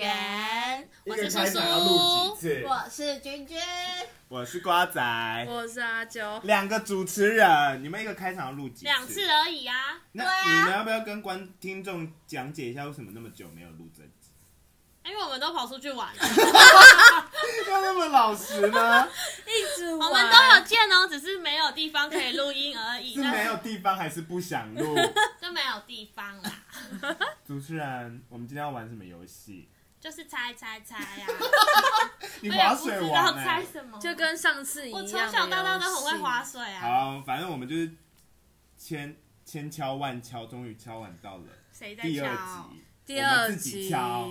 人，一我个是叔开叔场要录几，次？我是君君，我是瓜仔，我是阿娇，两个主持人，你们一个开场要录几次？两次而已啊。那对啊你们要不要跟观听众讲解一下为什么那么久没有录这集？哎因为我们都跑出去玩 了，要那么老实呢？一直我们都有见哦，只是没有地方可以录音而已， 是但没有地方还是不想录？ 就没有地方啦，主持人，我们今天要玩什么游戏？就是猜猜猜呀、 你我也划不水知王道哎、猜什么，就跟上次一样，我从小到大都很会划滑。水啊，好，反正我们就是千千敲万敲，终于敲完到了谁在第二敲？集，第二我们自己集敲好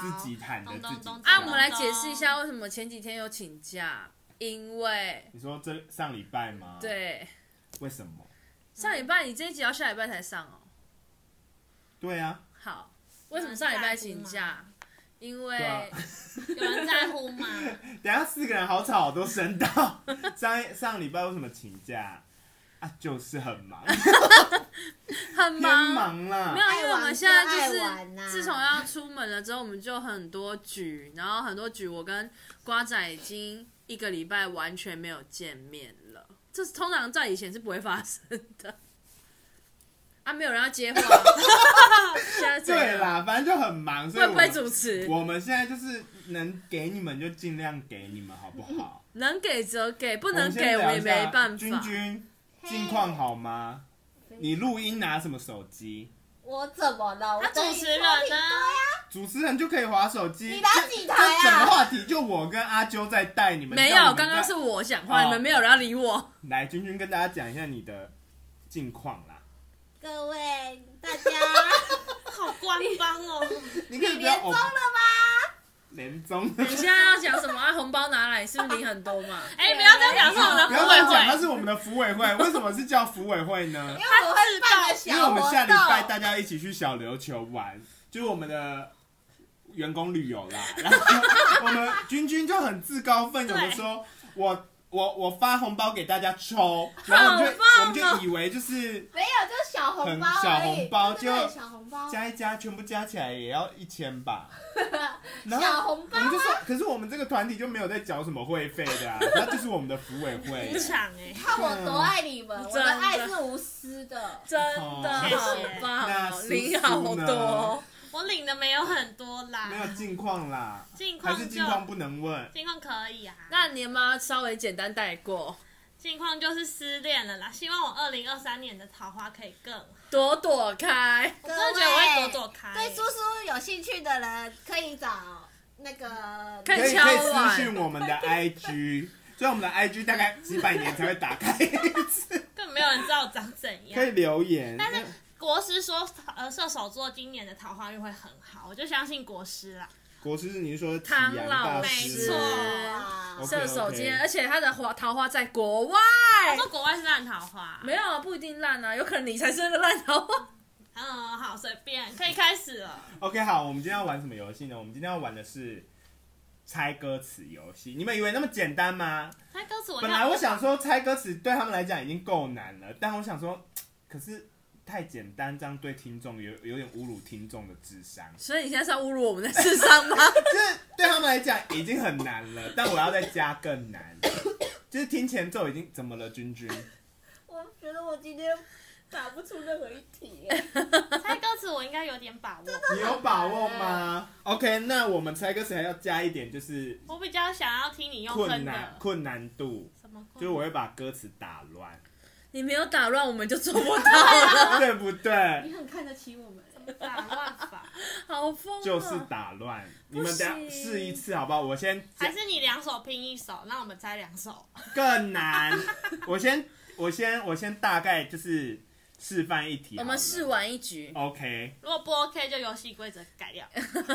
自己喊的咚自咚己咚敲啊，我们来解释一下为什么前几天有请假，因为你说这上礼拜吗？，对为什么？上礼拜你这一集要下礼拜才上哦。对啊，好，为什么上礼拜请假？因为、对啊有人在乎 吗？等一下四个人好吵，都升 到上上礼拜为什么请假啊？就是很 忙，很 偏忙，忙啦。没有，因为我们现在就爱玩是呐自从要出门了之后，我们就很多局，然后很多局我跟瓜仔已经一个礼拜完全没有见面了，这是通常在以前是不会发生的。啊，没有人要接话， 现在怎对样，啦，反正就很忙，所以我会不会们主持？我们现在就是能给你们就尽量给你们，好不好？能给则给， 不不能给我也没办君法。君，近况好吗？你录音拿什么手机？我怎么了？我那等主你持人啊说你呢？主持人就可以划手机。你拿几台啊这整个话题就我跟阿啾在带你们。没有让你，们刚刚在是我讲话，你哦们没有人要理我。来君君跟大家讲一下你的近况啦。各位大家，好官方哦， 你可以不要年终了吗？年 终，你现在要讲什么？啊，红包拿来，是不是领很多嘛？哎、不要这样讲，是我们的不要互乱惠讲，那会。是我们的服委会。为什么是叫服委会呢因？为我会办个因为我小活们动，下礼拜大家一起去小琉球玩，就是我们的员工旅游 啦。然后我们君君就很自告奋勇的说：“我我我发红包给大家抽。”然后我们就我们就以为就是没有，就是小红包而已，嗯小红包对对对就小红包，加一加，全部加起来也要一千 吧。然后小红我包们就说，可是我们这个团体就没有在缴什么会费的啊，那就是我们的服委 会职。场哎、看我多爱你们，我真的的爱是无私的。真的哦好那棒叔哦，叔领好多哦。我领的没有很多没有啦，近况啦，近还况是就近况不能问。近况可以啊，那你妈稍微简单带过，近况就是失恋了啦。希望我二零二三年的桃花可以更好，躲躲开。我真的觉得我会躲躲开、对叔叔有兴趣的人可以找那个，可可以以敲可以碗私讯我们的 IG，所以我们的 IG 大概几百年才会打开一 次，根本没有人知道我长怎可以样。留言。但是国师说，呃，射手座今年的桃花运会很好，我就相信国师啦。国师，你是说体唐阳老大师师没错哇 OK，OK 射手今天，而且他的花桃花在国外，他说国外是烂桃花，没有啊，不一定烂啊，有可能你才是那个烂桃花。嗯，好，随便，可以开始了。 OK，好，我们今天要玩什么游戏呢？我们今天要玩的是猜歌词游戏。你们以为那么简单吗？猜歌词我本看，来我想说猜歌词对他们来讲已经够难了，但我想说，可是太简单，这样对听众有有点侮辱听众的智商。所以你现在是要侮辱我们的智商 吗？就是对他们来讲已经很难了，但我要再加更难。就是听前奏已经怎么了，君君？我觉得我今天打不出任何一题，猜歌词我应该有点把握，你有把握吗？OK，那我们猜歌词还要加一点，就是我比较想要听你用困哼难的。嗯困难度，什么困就是我会把歌词打 乱，你没有打乱，我们就做 不到了，对不对？你很看得起我们。打乱 法？好疯、哦。就是打乱。你们等下不行试一次好不好？我先还是你两手拼一手，那我们猜两手。更难，我先我先我先大概就是示范一题好了。我们试完一局， OK，如果不 OK，就游戏规则改掉。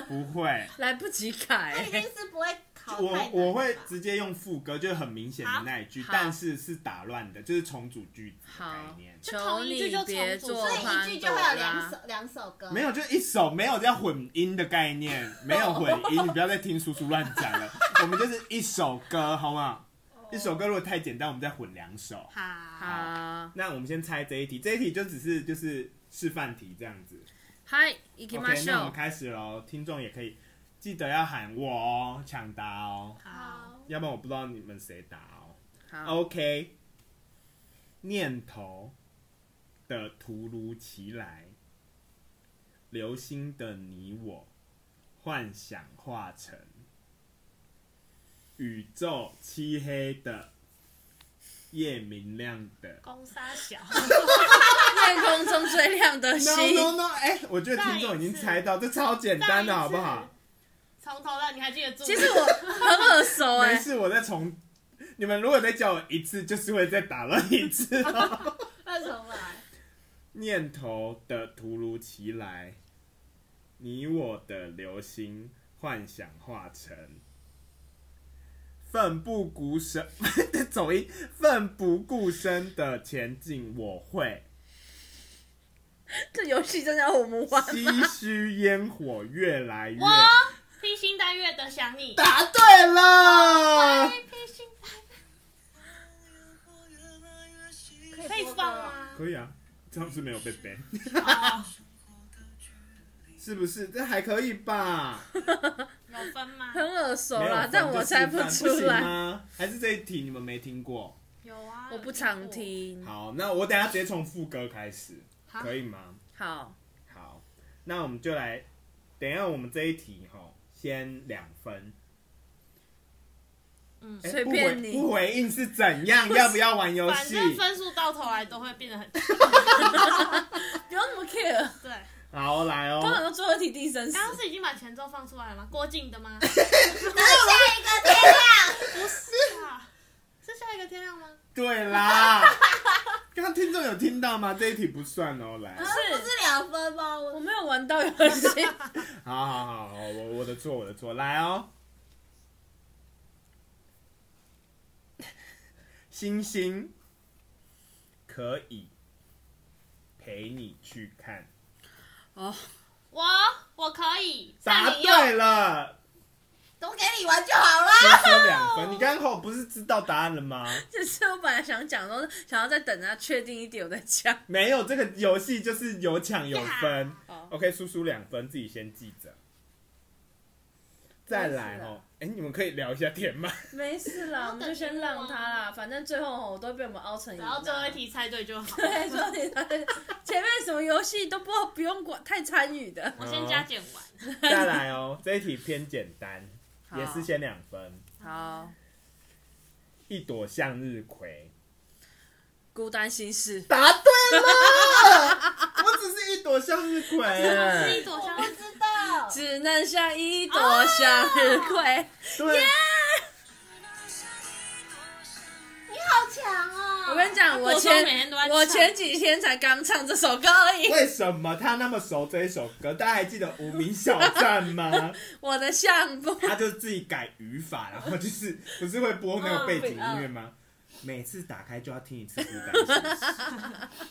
不会。来不及他改一。定是不会考太我难我会吧直接用副歌，就是很明显的那一句好，好但是是打乱的，就是重组句子的概好念，。求你别做所我潘以一句就多会有两拉首。两首歌，没有，就一首没有要混音的概 念，没有混音，你不要再听叔叔乱讲了。我们就是一首歌，好吗？一首歌如果太简单，我们再混两首。好，好，那我们先猜这一题，这一题就只是就是示范题这样子。嗨，行きま OK，し那我ょ们う。开始喽，听众也可以。记得要喊我哦，抢答哦，好，要不然我不知道你们谁答哦。好， OK，念头的突如其来，流星的你我，幻想化成宇宙漆黑的夜明亮的。公沙小，夜空中最亮的星 No no no！哎、我觉得听众已经猜到，这超 简单的好不好？从头到你还记得住？其 实我很耳熟哎、没事，我再重。你们如果再叫我一次，就是会再打乱一次 哦、为什么啊？念头的突如其来，你我的流星幻想化成奋不顾身， 走音，奋不顾身的前进，我会这游戏真的要我们玩吗？唏嘘烟火越来越。我披星戴月的想你，答对了，披星戴月可可以以播歌放吗？可以啊，这样是没有被 ban，哦， 是不是？这还可以吧？有分吗？很耳熟没有啦分，但就我示猜范不出行来，吗？还是这一题你们没听过？有啊， 我不常听。好，那我等一下直接从副歌开始，好可以吗？好，好，那我们就来，等一下我们这一题哈，先两分。嗯诶随便不回你不回应是怎样？要不要玩游反戏？正分数到头来都会变得很 不要那么 care，对。好，来通常哦。都最后一题第一声死刚。刚是已经把前奏放出来了吗？郭靖的 吗？那下一个天亮，不是啊，是下一个天亮吗？对啦，刚刚听众有听到吗？这一题不算哦，来。不是两分吗？我我没有玩到游戏，好好好好，我我的错，我的错，来哦。 星星可以陪你去看，我我可以答占你用，对了，都给你玩就好啦。多说 两分。你刚刚我不是知道答案了吗？就是我本来想讲说，想要再等他确定一点，我再讲。没有，这个游戏就是有抢有分。好， OK，叔叔两分，自己先记着。再来啊哦，哎、你们可以聊一下天吗？没事我啦，要我们就先让他啦，反正最后吼都被我们凹成一然后最后一烂。题猜对就好。对，最后一题他在，前面什么游戏都不不用管，太参与的。我先加减 完， 再来哦，这一题偏简单，也是先两分。好，一朵向日葵。孤单心事。答对了， 我只是一朵向日 葵。是一朵我香不知道，只能像一朵向日葵。对，你好强哦！我跟你讲，我国中每前天都在唱我前几天才刚唱这首歌而已。为什么他那么熟这一首歌？大家还记得无名小站 吗？我的相簿，他就自己改语法，然后就是不是会播那个背景音乐嗯吗？每次打开就要听一次孤单心事。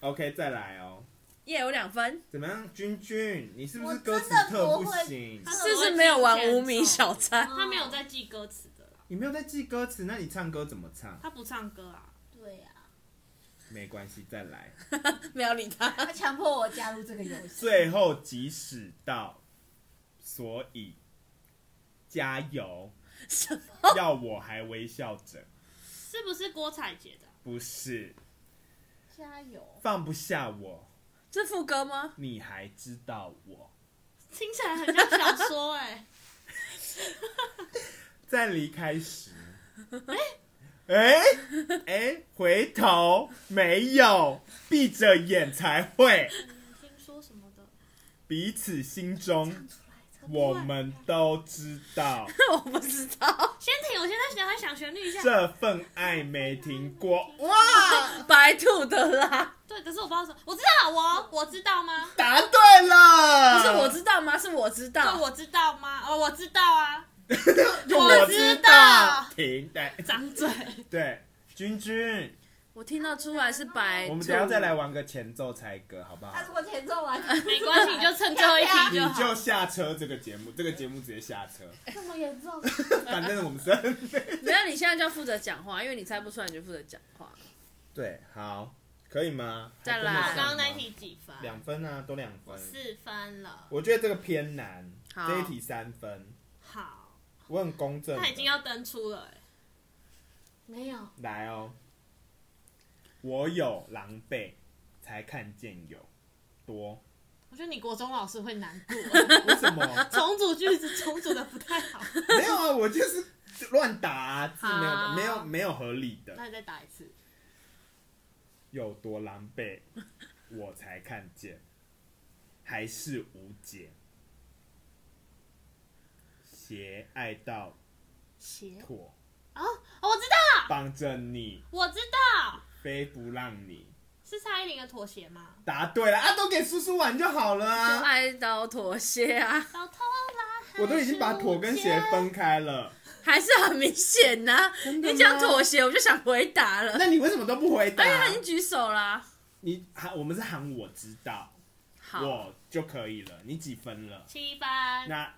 OK，再来哦。耶，有两分。怎么样，君君？你是不是我歌词真的特不不会行？他是不是没有玩无名小站？他没有哦在记歌词的啦，你没有在记歌词，那你唱歌怎么唱？他不唱歌啊。对呀、没关系，再来。没有理他。他强迫我加入这个游戏。最后即使到，所以加 油，什么？要我还微笑着，是不是郭采洁的？啊不是加油！放不下我，这副歌吗？ 你还知道我。听起来很像小说哎、 在离开时， 哎哎，回头没有，闭着眼才会，听说什么的？彼此心中出来这个我们都知道，我不知道。先停，我现在想还想旋律一下。这份爱没停过。哇，白兔的啦，对，可是我不知道什么。我知道，我我知道吗？答对了，不是我知道吗？是我知对，道。哦我知道吗？哦，我知道啊。我知道道，停，对张嘴。对，君君，我听到出来是白兔。我们等一下再来玩个前奏猜歌，好不好他？如果前奏完，没关系，你就趁最后一 题你好。就下车这个节目，这个节目直接下车，这么严 重，反正我们是。没有，你现在就要负责讲话，因为你猜不出来你就负责讲话。对，好，可以吗？再来还跟得上刚吗刚那题几分？两分啊，都两分。四分了。我觉得这个偏难，好这一题三分，好，我很公正的。他已经要登出了、欸，没有，来哦，我有狼狈，才看见有多。我觉得你国中老师会难过，？为什么 重组句子重组的不太好， 没有啊，我就是乱打、啊、字，没有好没有没有合理的。 那你再打一次，有多狼狈，我才看见，还是无解。鞋爱到鞋妥，哦，我知道，帮着你，我知道，非不让你。是蔡依林的妥协吗？答对了啊，都给叔叔玩就好了就啊！爱到妥协啊，到头来，我都已经把妥跟鞋分开了，还是很明显呐、真的吗你讲妥协，我就想回答了。那你为什么都不回答而且？他已经举手啦。你喊我们是喊我知道，好，我就可以了。你几分了？七分，那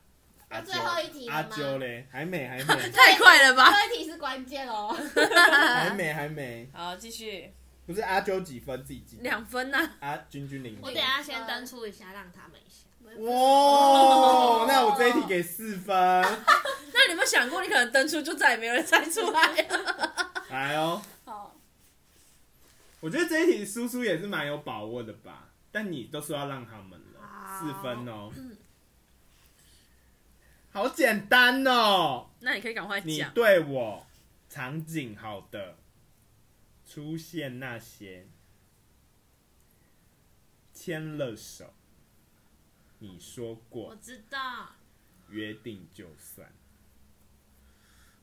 阿最后一题啾了阿吗啾嘞，还没还 没太快了吧？这一题是关键哦。还没还没，好，继续，不是阿啾几分自己记得。两分呐、啊，君君零分。我等一下先登出一下，让他们一下。哇，那我这一题给四分。那你有没有想过，你可能登出就再也没有人猜出来 了？来哦，好，我觉得这一题叔叔也是蛮有把握的吧，但你都说要让他们了，好四分哦。好简单哦，那你可以赶快你讲。对我场景好的出现那些牵了手，你说我过知道，约定就算。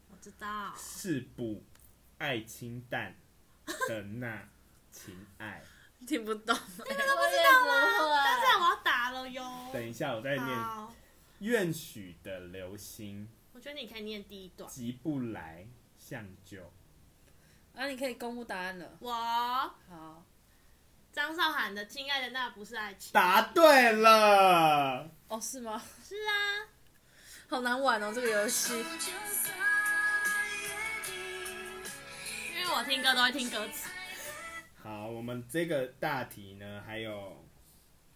我知道，是不爱清淡的那情爱。听不懂，都不知道吗？那这样我要打了哟。等一下，我再念。好，愿许的流星我觉得你可以念第一段。急不来，像酒。啊，你可以公布答案了。我好，张韶涵的《亲爱的那不是爱情》答对了，哦，是吗？是啊，好难玩哦，这个游戏。因为我听歌都会听歌词。好，我们这个大题呢还有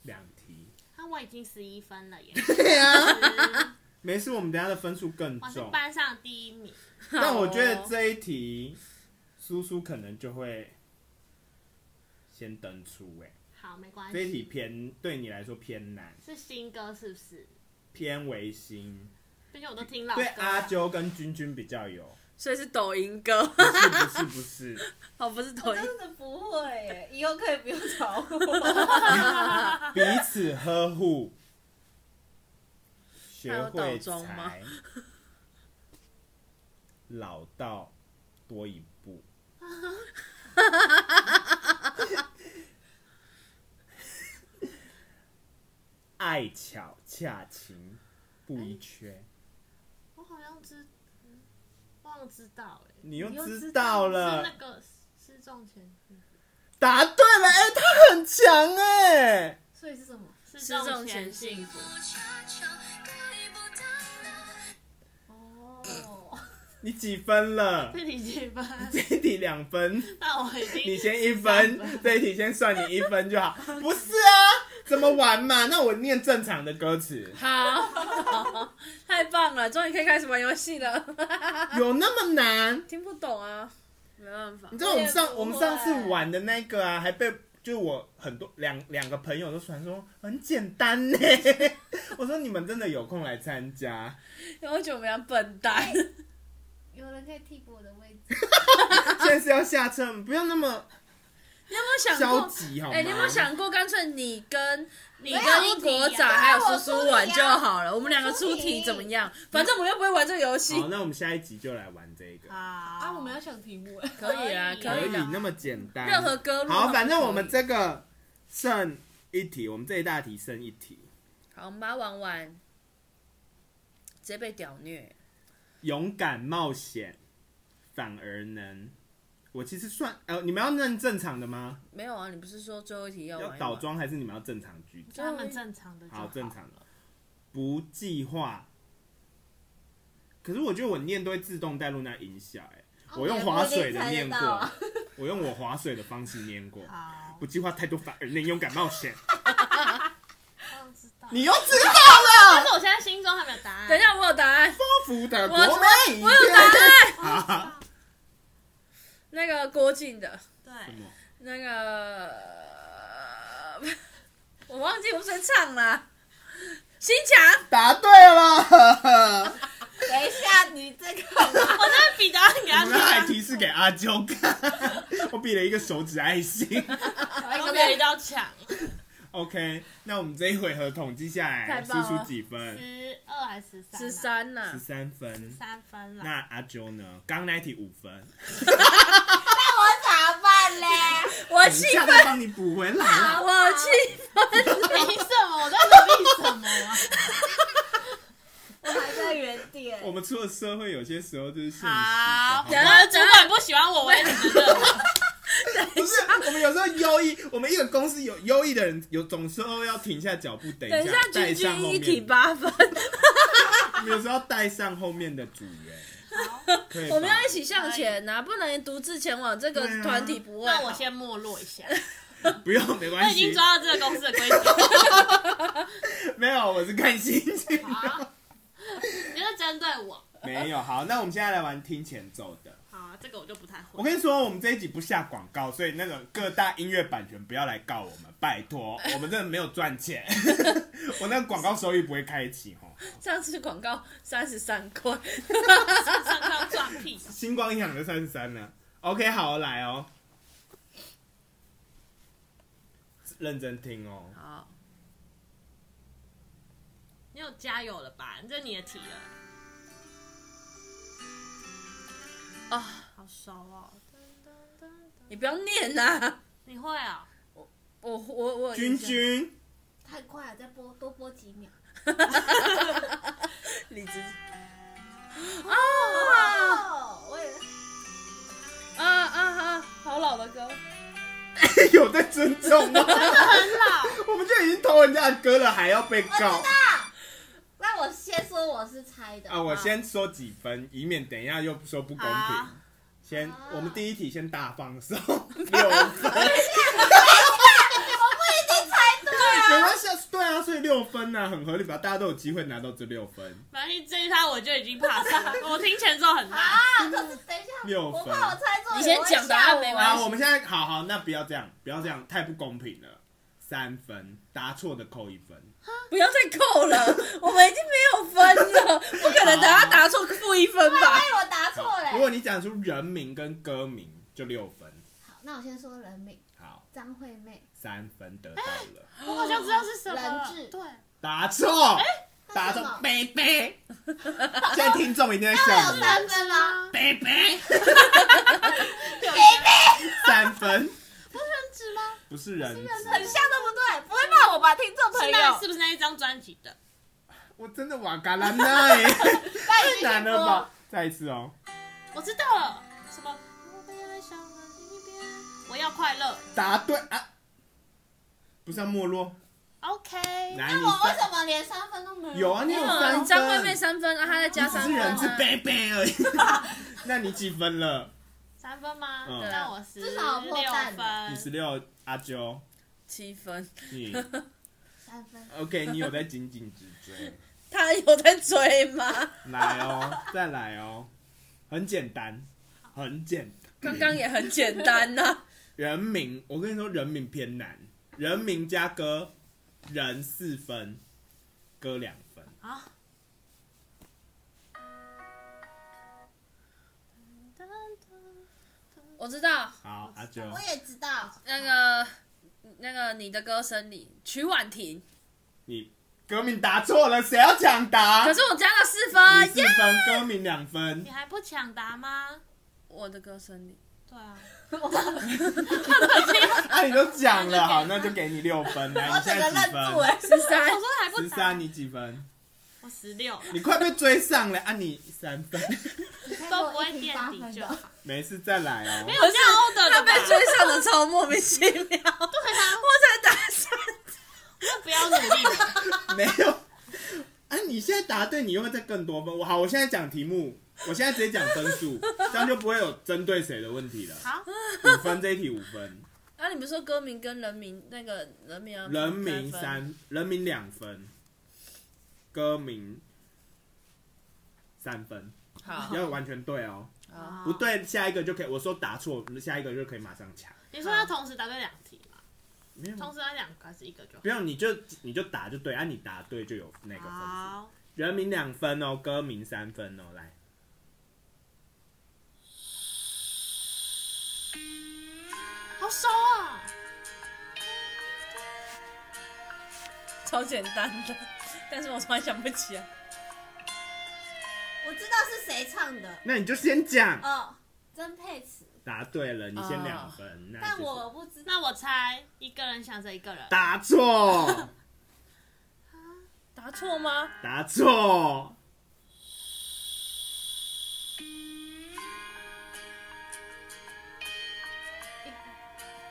两题。啊，我已经十一分了 耶，对啊，没事，我们等一下的分数更我是重。班上第一名。 但我觉得好哦这一题，叔叔可能就会先登出、欸。好，没关这一题系。偏对你来说偏难，是新歌是不是？偏违心。毕竟我都听老歌。对啊阿啾跟君君比较有，所以是抖音歌，不是不是不是， 哦，不是抖我音。真的不会耶，以后可以不用找我。彼此呵护，学还有会倒装吗才老到多一步。爱巧恰情不宜缺，我好像知，嗯忘知道哎。你又又知知道了是那。个失重前，答对了，哎、他很强哎、所以是什么？失失重重前前幸幸福福。哦，你几 分了？这题几分？这一题两分，那我已经你先一分三，这一题先算你一分就 好。不是啊，怎么玩嘛？那我念正常的歌 词， 好，好太棒了，终于可以开始玩游戏了。 有那么难？听不懂啊，没办法你。知道我们我也上不会我们上次玩的那个啊，还被就我很多两两个朋友都传说很简单 呢。我说你们真的有空来参加，我觉得我们要笨蛋。有人可以替补我的位置。现在是要下车，不要那么你有没有想消过？极好吗？哎、你有没有想国干脆你跟你你跟英国仔还有叔叔玩就好了，我们两个出出题题怎么样？反正我们又不会玩这个游戏好，。那我们下一集就来玩这个。啊想题目。可以啊，可以可可以以的。那么简单，任何歌路都可好，以反正我们这个剩一题，我们这一大题剩一题，好，我们把它玩完，直接被屌虐。勇敢冒险反而能。我其实算，呃，你们要认正常的吗？没有啊，你不是说最后一题要玩一要玩倒？装还是你们要正常句子？就他们正常的就好，正常了。不计划。可是我觉得我念都会自动带入那音效、哎，我用划水的念过， 我用我划水的方式念过。好，不计划太多反而能勇敢冒险，我知道。 你又知道了。我现在心中还没有答案。等一，下，我有答案，福的我国我妹，我有答案，啊，那个郭靖的，对，什么？那个我忘记我谁唱了，心强，答对了，等一下，你这个我真的比答案给他我 们还听提示给阿啾 看，我比了一个手指爱心。啊，我比一道强， OK，那我们这一回合统计下太来，输棒了出几分？十二还是十三？啊十，三十呐，三分。三分了。那阿啾呢？刚那一题五分，我咋办嘞？我等一气下愤，再帮你补回来啊。我气凭什么？我在努力什么啊？我还在原点。我们出了社会，有些时候就是现实。好，好我不等好一的主管不喜欢我，我也只能认了。不是我们有时候优异，我们一个公司有优异的人，有总时候要停下脚步，等一等一下下，带君上君后一题面。八分，我们有时候要带上后面的组员。可以吧我们要一起向前呐、不能独自前往这个对啊团体不会好。那我先没落一下，不用，没关我已经系。抓到这个公司的规矩。没有，我是看心情。好，你就是针对我。 没有，好，那我们现在来玩听前奏的。好，这个我就不太我会。跟你说，我们这一集不下广告，所以那个各大音乐版权不要来告我们，拜托，我们真的没有赚 钱，我那个广告收益不会开启哦。上次广告三十三块，上上撞屁，星光影响的三十三呢？OK，好，来哦，认真听哦。好，你有加油了吧？这是你的题了。哦，好熟哦，啊你不要念呐、你会哦？我我我君君， 太快了，再播多播几秒。 李子啊哦，我也啊啊啊！好老的歌，有在尊重吗？ 很老， 我们就已经偷人家的歌了，还要被告啊那我先说我是猜的啊！我先说几分，以免等一下又说不公平好。啊先好，我们第一题先大放送，六分。没关系啊，对啊，所以六分呢、很合理吧？大家都有机会拿到这六分，反正这一趴我就已经 pass 了。我听前奏很啊烂，，可是等一下，六我分。怕我猜错，嗯你先讲答案没关啊，系我们现在好好，那不要这样，不要这样，太不公平了。三分，答错的扣一分。不要再扣 了，我们已经没有分了，不可能等下答错负一分万吧？一我答错好如果嘞。你讲出人名跟歌名，就六分。好，那我先说人名，好，张惠妹。三分得到了，我好像知道是什么了人质。对，啊答错，答哎那是什错么，贝贝。 现在听众一定在笑啊你，三分吗？贝 贝，三分，人质吗？不是人质，很像，对不对？不会骂我吧，听众朋是友？那是不是那一张专辑的？我真的瓦 嘎拉奈，太太难了吧？再一次哦，我知道了，什么？我要快乐。答对啊，不是要没落， OK，来那你我为什三，么连三分都没有？有啊，你有三嗯分，张惠妹三分啊，她再加你只三是分人是啊。贝 贝而已。那你几分了？三分吗？嗯那我十至少我破六蛋你分。十六，阿啾，七分，你三分。 OK，你有在紧紧直追，她有在追吗？来哦，再来哦，很简单，很简单。 刚刚也很简单啊呐、人名，我跟你说，人名偏难，人名加歌，人四分，歌两分。啊。我知道好，阿啾我，也知道，那个那个你的歌声里，曲婉婷，你歌名答错了，谁要抢答？可你是啊我加了四分四耶！分，歌名两分你。还不抢答吗？我的歌声里，对啊，啊，你都讲了，好，那就给你六分。来，我你整现个在愣几住分？哎。十三我，说还不十答三，，你几分？我十六，你快被追上了啊！你三分， 都不会垫底就好。没事，再来哦。没有这样 order 他的被吧？追上的超莫名其妙，对啊，我才打三不要努力了， 没有。啊，你现在答对，你又会再更多分。我好，我现在讲题目，我现在直接讲分 数，这样就不会有针对谁的问题了。好，五分这一题五分，啊，你不是说歌名跟人名那个人名要啊人名分，三，人名两分。歌名三分，好，要完全对哦，好不对下一个就可以，我说答错，下一个就可以马上抢。你说要同时答对两题吗？没有，同时答两个还是一个就好不？用，你就你就答就对，啊，你答对就有那个分数。好，人名两分哦，歌名三分哦，来，好熟啊！超简单的，但是我突然想不起来。我知道是谁唱的，那你就先讲。哦，曾沛慈，答对了，你先两分，那哦但就是我不知道。那我猜一个人想着一个人，答错，答错吗？答错，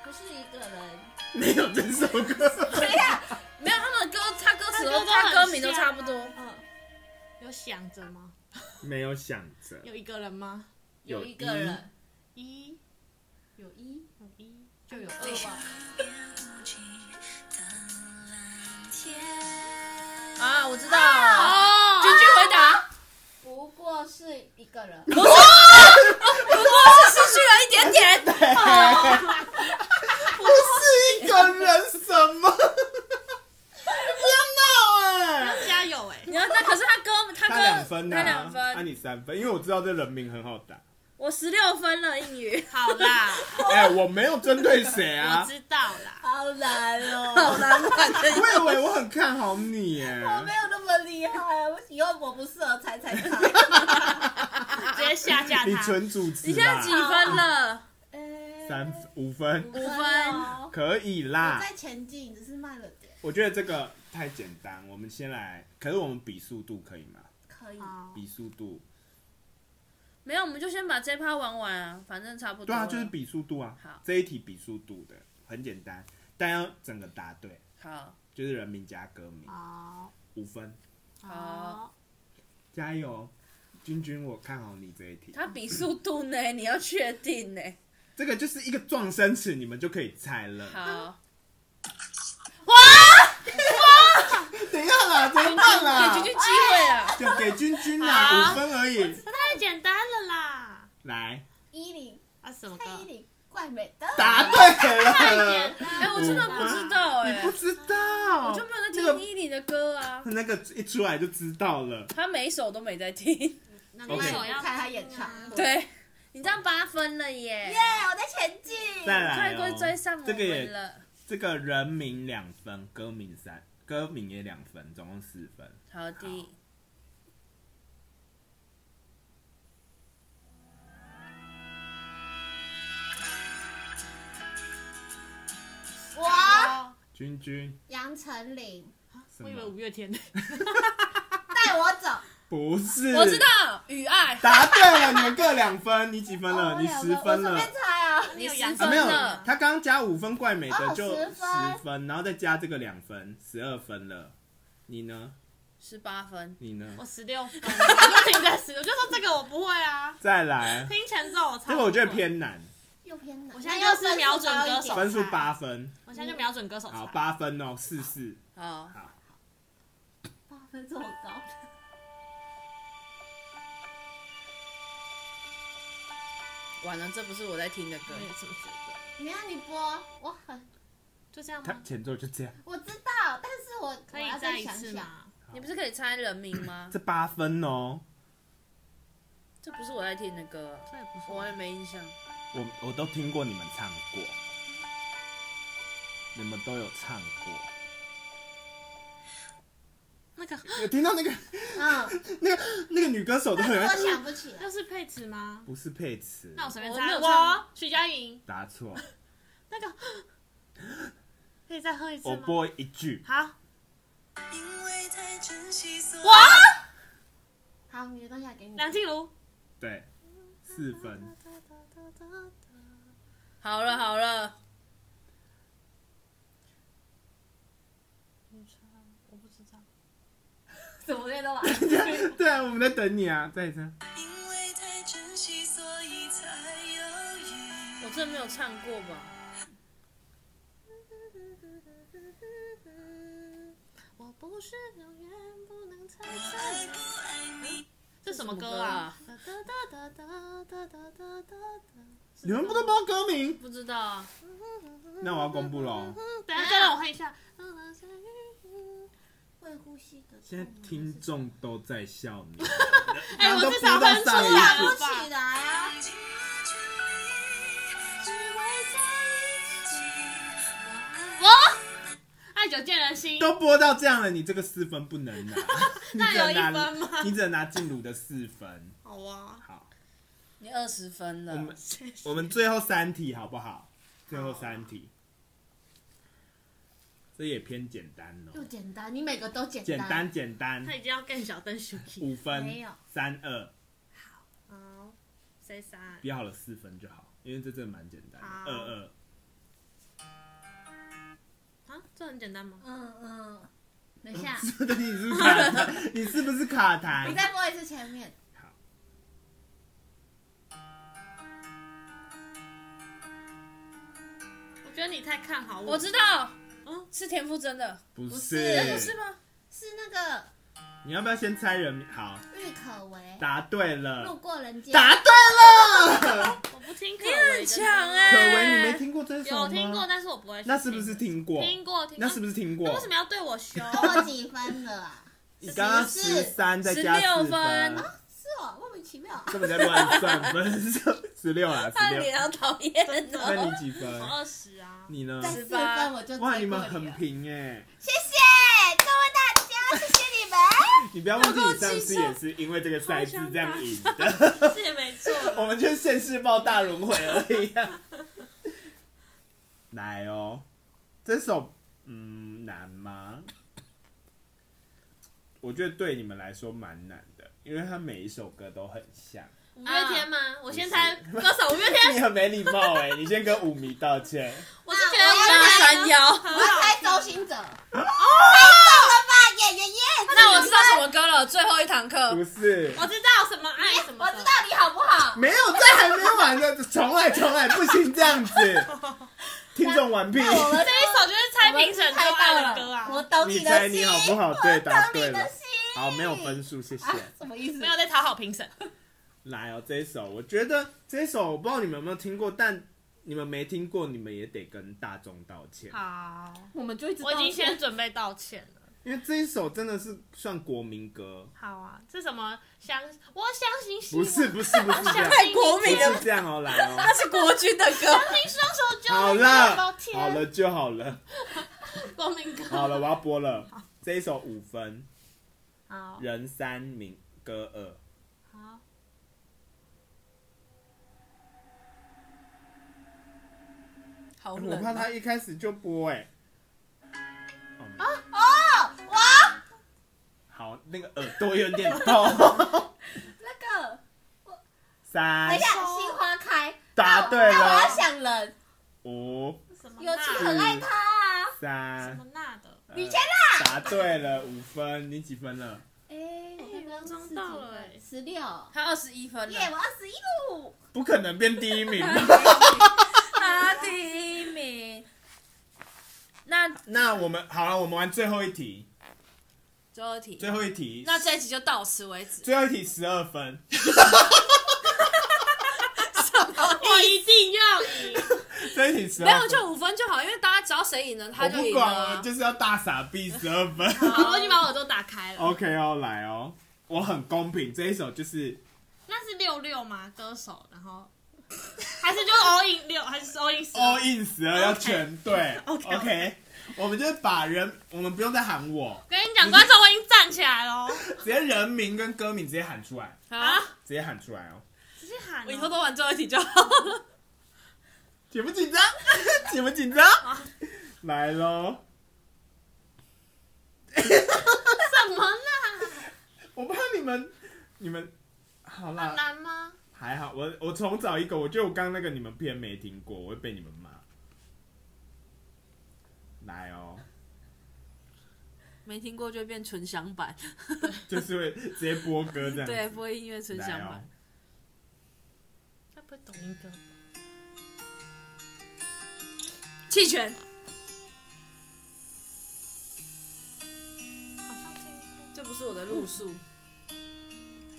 不是一个人，没有这首歌。对呀，没有，他们的歌，他歌词他歌都都他很歌名都像差不多。嗯，有想着吗？ 没有想着，有一个人吗？有一一个人，一有一有一，就 有哦二吧。啊，我知道。哦君君回答，不过是一个人，失去了一点点。不是一个人什么？ 不要闹哎！加油哎！你要，那可是他歌，他歌，他两分呐、他两分啊你三分，因为我知道这人名很好打。我十六分了，英语。好啦，哦哎、我没有针对谁我啊，知道啦。好难哦，难玩我以为我很看好你耶。我没有那么厉害，啊我以后我不适合猜猜猜。 直接下架你他。纯主持你现在啦几，分了？呃三分五分五分哦可以我啦。在前进，只是慢了点，我觉得这个太简单，我们先来，可是我们比速度可以吗？可以。好比速度，没有，我们就先把这趴玩完啊，反正差不多。对啊，就是。比速度啊。好这一题比速度的很简单，但要整个答对，好，就是人名加歌名，好，五分，好，加油，君君，我看好你这一题。他比速度呢，你要确定呢。这个就是一个撞声词，你们就可以猜了。好，等一下啦，怎么啦？给君君机会啊。就给君君啦，好五分而已。太简单了啦！来，依林，啊，什么歌蔡？依林，怪美的。答对太了简。单哎，了。我真的不知道你哎不，知道，我就没有在那听个伊里的歌啊，那个一出来就知道了。他每一首都没在听。那我你手要看他演唱听啊对，你这样八分了耶耶，。我在前进。再来快哦快追上我这个们也了。这个人名两分，歌名三，歌名也两分，总共四分。好的，我君君，杨丞琳，什啊我么以为五月天呢。带我走。不是，我知，道雨爱，答对了，你们各两分，你几分哦了？我你两十个分我随。了便猜啊。你有十杨啊，丞没有分了，他刚加五分怪美的哦就十分十分，然后再加这个两分，十二分了。你呢？十八分。你呢 我？十六分，我就停在十，我就说这个我不会啊。再来，听前奏我猜。这个我觉得。偏难，又偏难。我现在就是那要分数高一点瞄准歌手分数八分，我现在就瞄准歌手好，猜。八分哦，四四，好，好，八分这么高。完了，这不是我在听的歌我。也是不是没有你播，我很就这样他吗？前奏就这样，我知道，但是我可我以要再一想次想。吗？你不是可以猜人名 吗这？八分哦，这不是我在听的歌，这也不是我也没印象。我我都听过你们唱过，你们都有唱过，那 个有哎听到那个 嗯，那个那个女歌手都很我想不起来。那是佩慈吗？不是佩慈，那我随便我没猜，有我徐佳莹答错，那 个，可以再喝一次我吗？播一句，好，哇！好，你的东西还给你。梁静茹。对，四分，好了好了，我不知道，怎么练都完。 对啊，我们在等你啊，再一次，我真的没有唱过吧？我不是永远不能猜测。这什么歌啊？哒哒哒哒哒哒哒哒哒。你们不都不知道歌名？不知道啊，那我要公布喽。嗯等一下，再让我看一下。 嗯会呼吸的。现在听众都在笑你， 哎、刚刚我都至播少到哼出上一来句了不吧起？来啊！我爱久见人心，都播到这样了，你这个四分不能 拿，你那只有能一拿分吗你只能拿静茹的四分。好啊，好，你二十分了我。们我们最后三题好不好？最后三题，这也偏简单又哦，简单，你每个都简简单简单他，已经要更小灯熊了。五分没有三二，好，谁杀？标好了四分就好，因为这真的蛮简单的，好二二。啊，这很简单吗？嗯嗯，等一下，对，你 是不是卡痰？你是不是卡你 痰？再播一次前面。好，我觉得你太看好我。我知道，嗯是田馥甄的，哎不是不是吗？是那个你要不要先猜人名？好，郁可唯答对路了，过人间，答 对了。我不听可你为的很强哎、可为，你没听过这首吗？有听过，但是我不会去听。那是不是听过？听过？听那是不是听那过为？什么要对我 凶？过几分了啊？你刚刚十十三再加16四分是哦，莫名其妙。这么在乱算分，十六啦，他十的六。脸好讨厌那哦。你几分我？二十啊。你呢？再四分我就哇，追你过们很了平哎！谢谢各位大家，谢谢你们。你不要忘记，你上次也是因为这个赛制这样赢的。这也没错。 我们就是现世报大轮回而已、啊。 来哦，这首嗯难吗？我觉得对你们来说蛮难的，因为它每一首歌都很像。五月天吗？我先猜不歌手五月天。你很没礼貌哎、你先跟舞迷道歉。我是觉得啊我要五月三天幺，我要猜周星哦哲，啊猜中了吧？耶耶耶！那我知道什么歌了，最后一堂课不。是，我知道什么爱什么我的。知道你好不好？没有，这还没完呢，重来重来，不行这 样子。听众完毕，那我们嗯这一首就是猜评审最爱的歌啊。我懂你你猜的你心，好不好？我对，答懂对你了的。心。好，没有分数，谢谢。啊，什么意思没？有在讨好评审。来哦，这一首，我觉得这一首我不知道你们有没有听过，但你们没听过，你们也得跟大众道歉，好，我们就一直我已经先准备道歉了。因为这一首真的是算国民歌，好啊，这什么相？我相信希不望，是不是不是这样，太国民不了是，这样哦，来哦，那是国军的歌。听双手就 好能了够，好天了就好了，光明哥。好了，我要播了，这一首五分，好人三民歌二，好，好哎啊我怕他一开始就播哎、哦哦，我好，那个耳朵有点痛，那个，三等一下，心花开。答啊对那我要了，想人，五什么有娜情很爱他啊。什三么。娜的？呃李佳娜答对了五分，你几分了？哎，我刚刚中到了哎十六。他二十一分耶，了，我二十一路。不可能变第一名。他第一名。那那我们好了，我们玩最后一题，最后一题，最后一题，那这一集就到此为止。最后一题十二分，我一定要赢！这一题十没二分。有，就五分就好，因为大家只要谁赢了，他我就不赢了管，啊我啊。就是要大傻逼十二分。 好，我已经把耳朵打开了。 OK 哦，来哦，我很公平，这一首就是那是六六吗？歌手，然后 还是就 all in 六，还是 all in 十 all in 十二要全对。 OK，OK OK，我们就是把人，我们不用再喊我，跟你讲，观众我已经站起来了哦。直接人名跟歌名直接喊出来，好，啊，直接喊出来哦。直接喊哦！我以后都玩最后一题就好了。紧不紧张？ 紧不紧张？来喽。什么啦？我怕你们，你们好啦，难吗？还好，我我重找一个，我觉得我刚刚那个你们偏没听过，我会被你们骂。来哦， 没听过就会变纯享版，就是会直接播歌这样子。对，播音乐纯享来哦 版。，该不会懂音歌？弃权。这不是我的路数。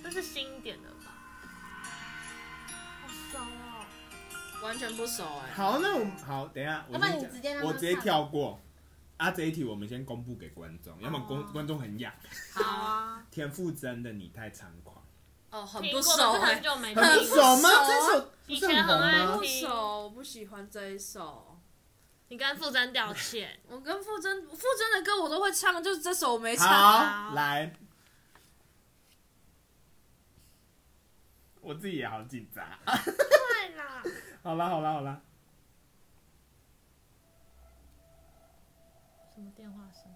这是新一点的吧？好爽哦！完全不熟哎、好，那我们好，等一下，我要不然先你讲直接让他我直接唱跳过。啊，这一题我们先公布给观众，要么哦观观众很痒。好啊，田馥甄的《你太猖狂哦，很听不过但熟是哎、很久没》，很不很听熟过。熟吗？啊这首不以是前很红很爱吗不？听熟，我不喜欢这一首。你跟傅征道歉，我跟傅征，傅征的歌我都会唱，就是这首我没唱啊。好，来，我自己也好紧张。快啦！好啦，好啦，好啦，什么电话声？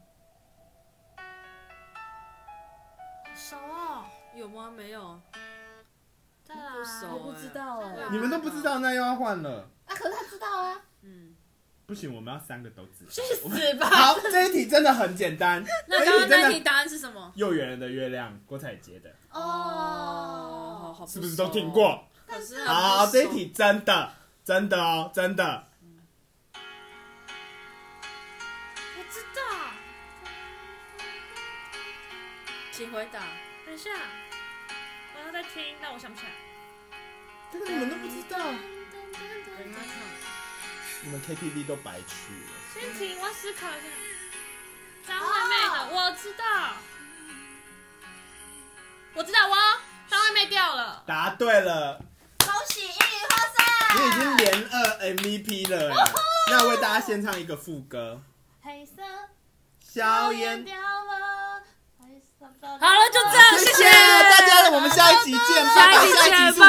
好熟哦，有吗？没有。再来不熟欸我不知道对哎啊。你们都不知道，那又要换了。啊，可是他知道啊。嗯，不行，我们要三个都知道。去死吧！好，这一题真的很简单。那这刚刚那真题的答案是什么？又圆人的月亮，郭采洁的，哦，哦，好，是不是都听？过？可是很不好，熟这一题真的，真的哦，真的。哎我知道。请回答。等一下，我要再听，但我想不起来。这个你们都不知道，等他唱。你们 KTV 都白去了。先停，我要思考一哦下。张惠妹的，我知道，我知道，我张惠妹掉了，答对了，恭喜一语获胜。你已经连二 MVP 了耶。那为大家献唱一个副歌，黑色硝烟。掉了，黑色的好了，就这好哦样，谢谢大家，我们下一集见，下一集拜拜下一见集是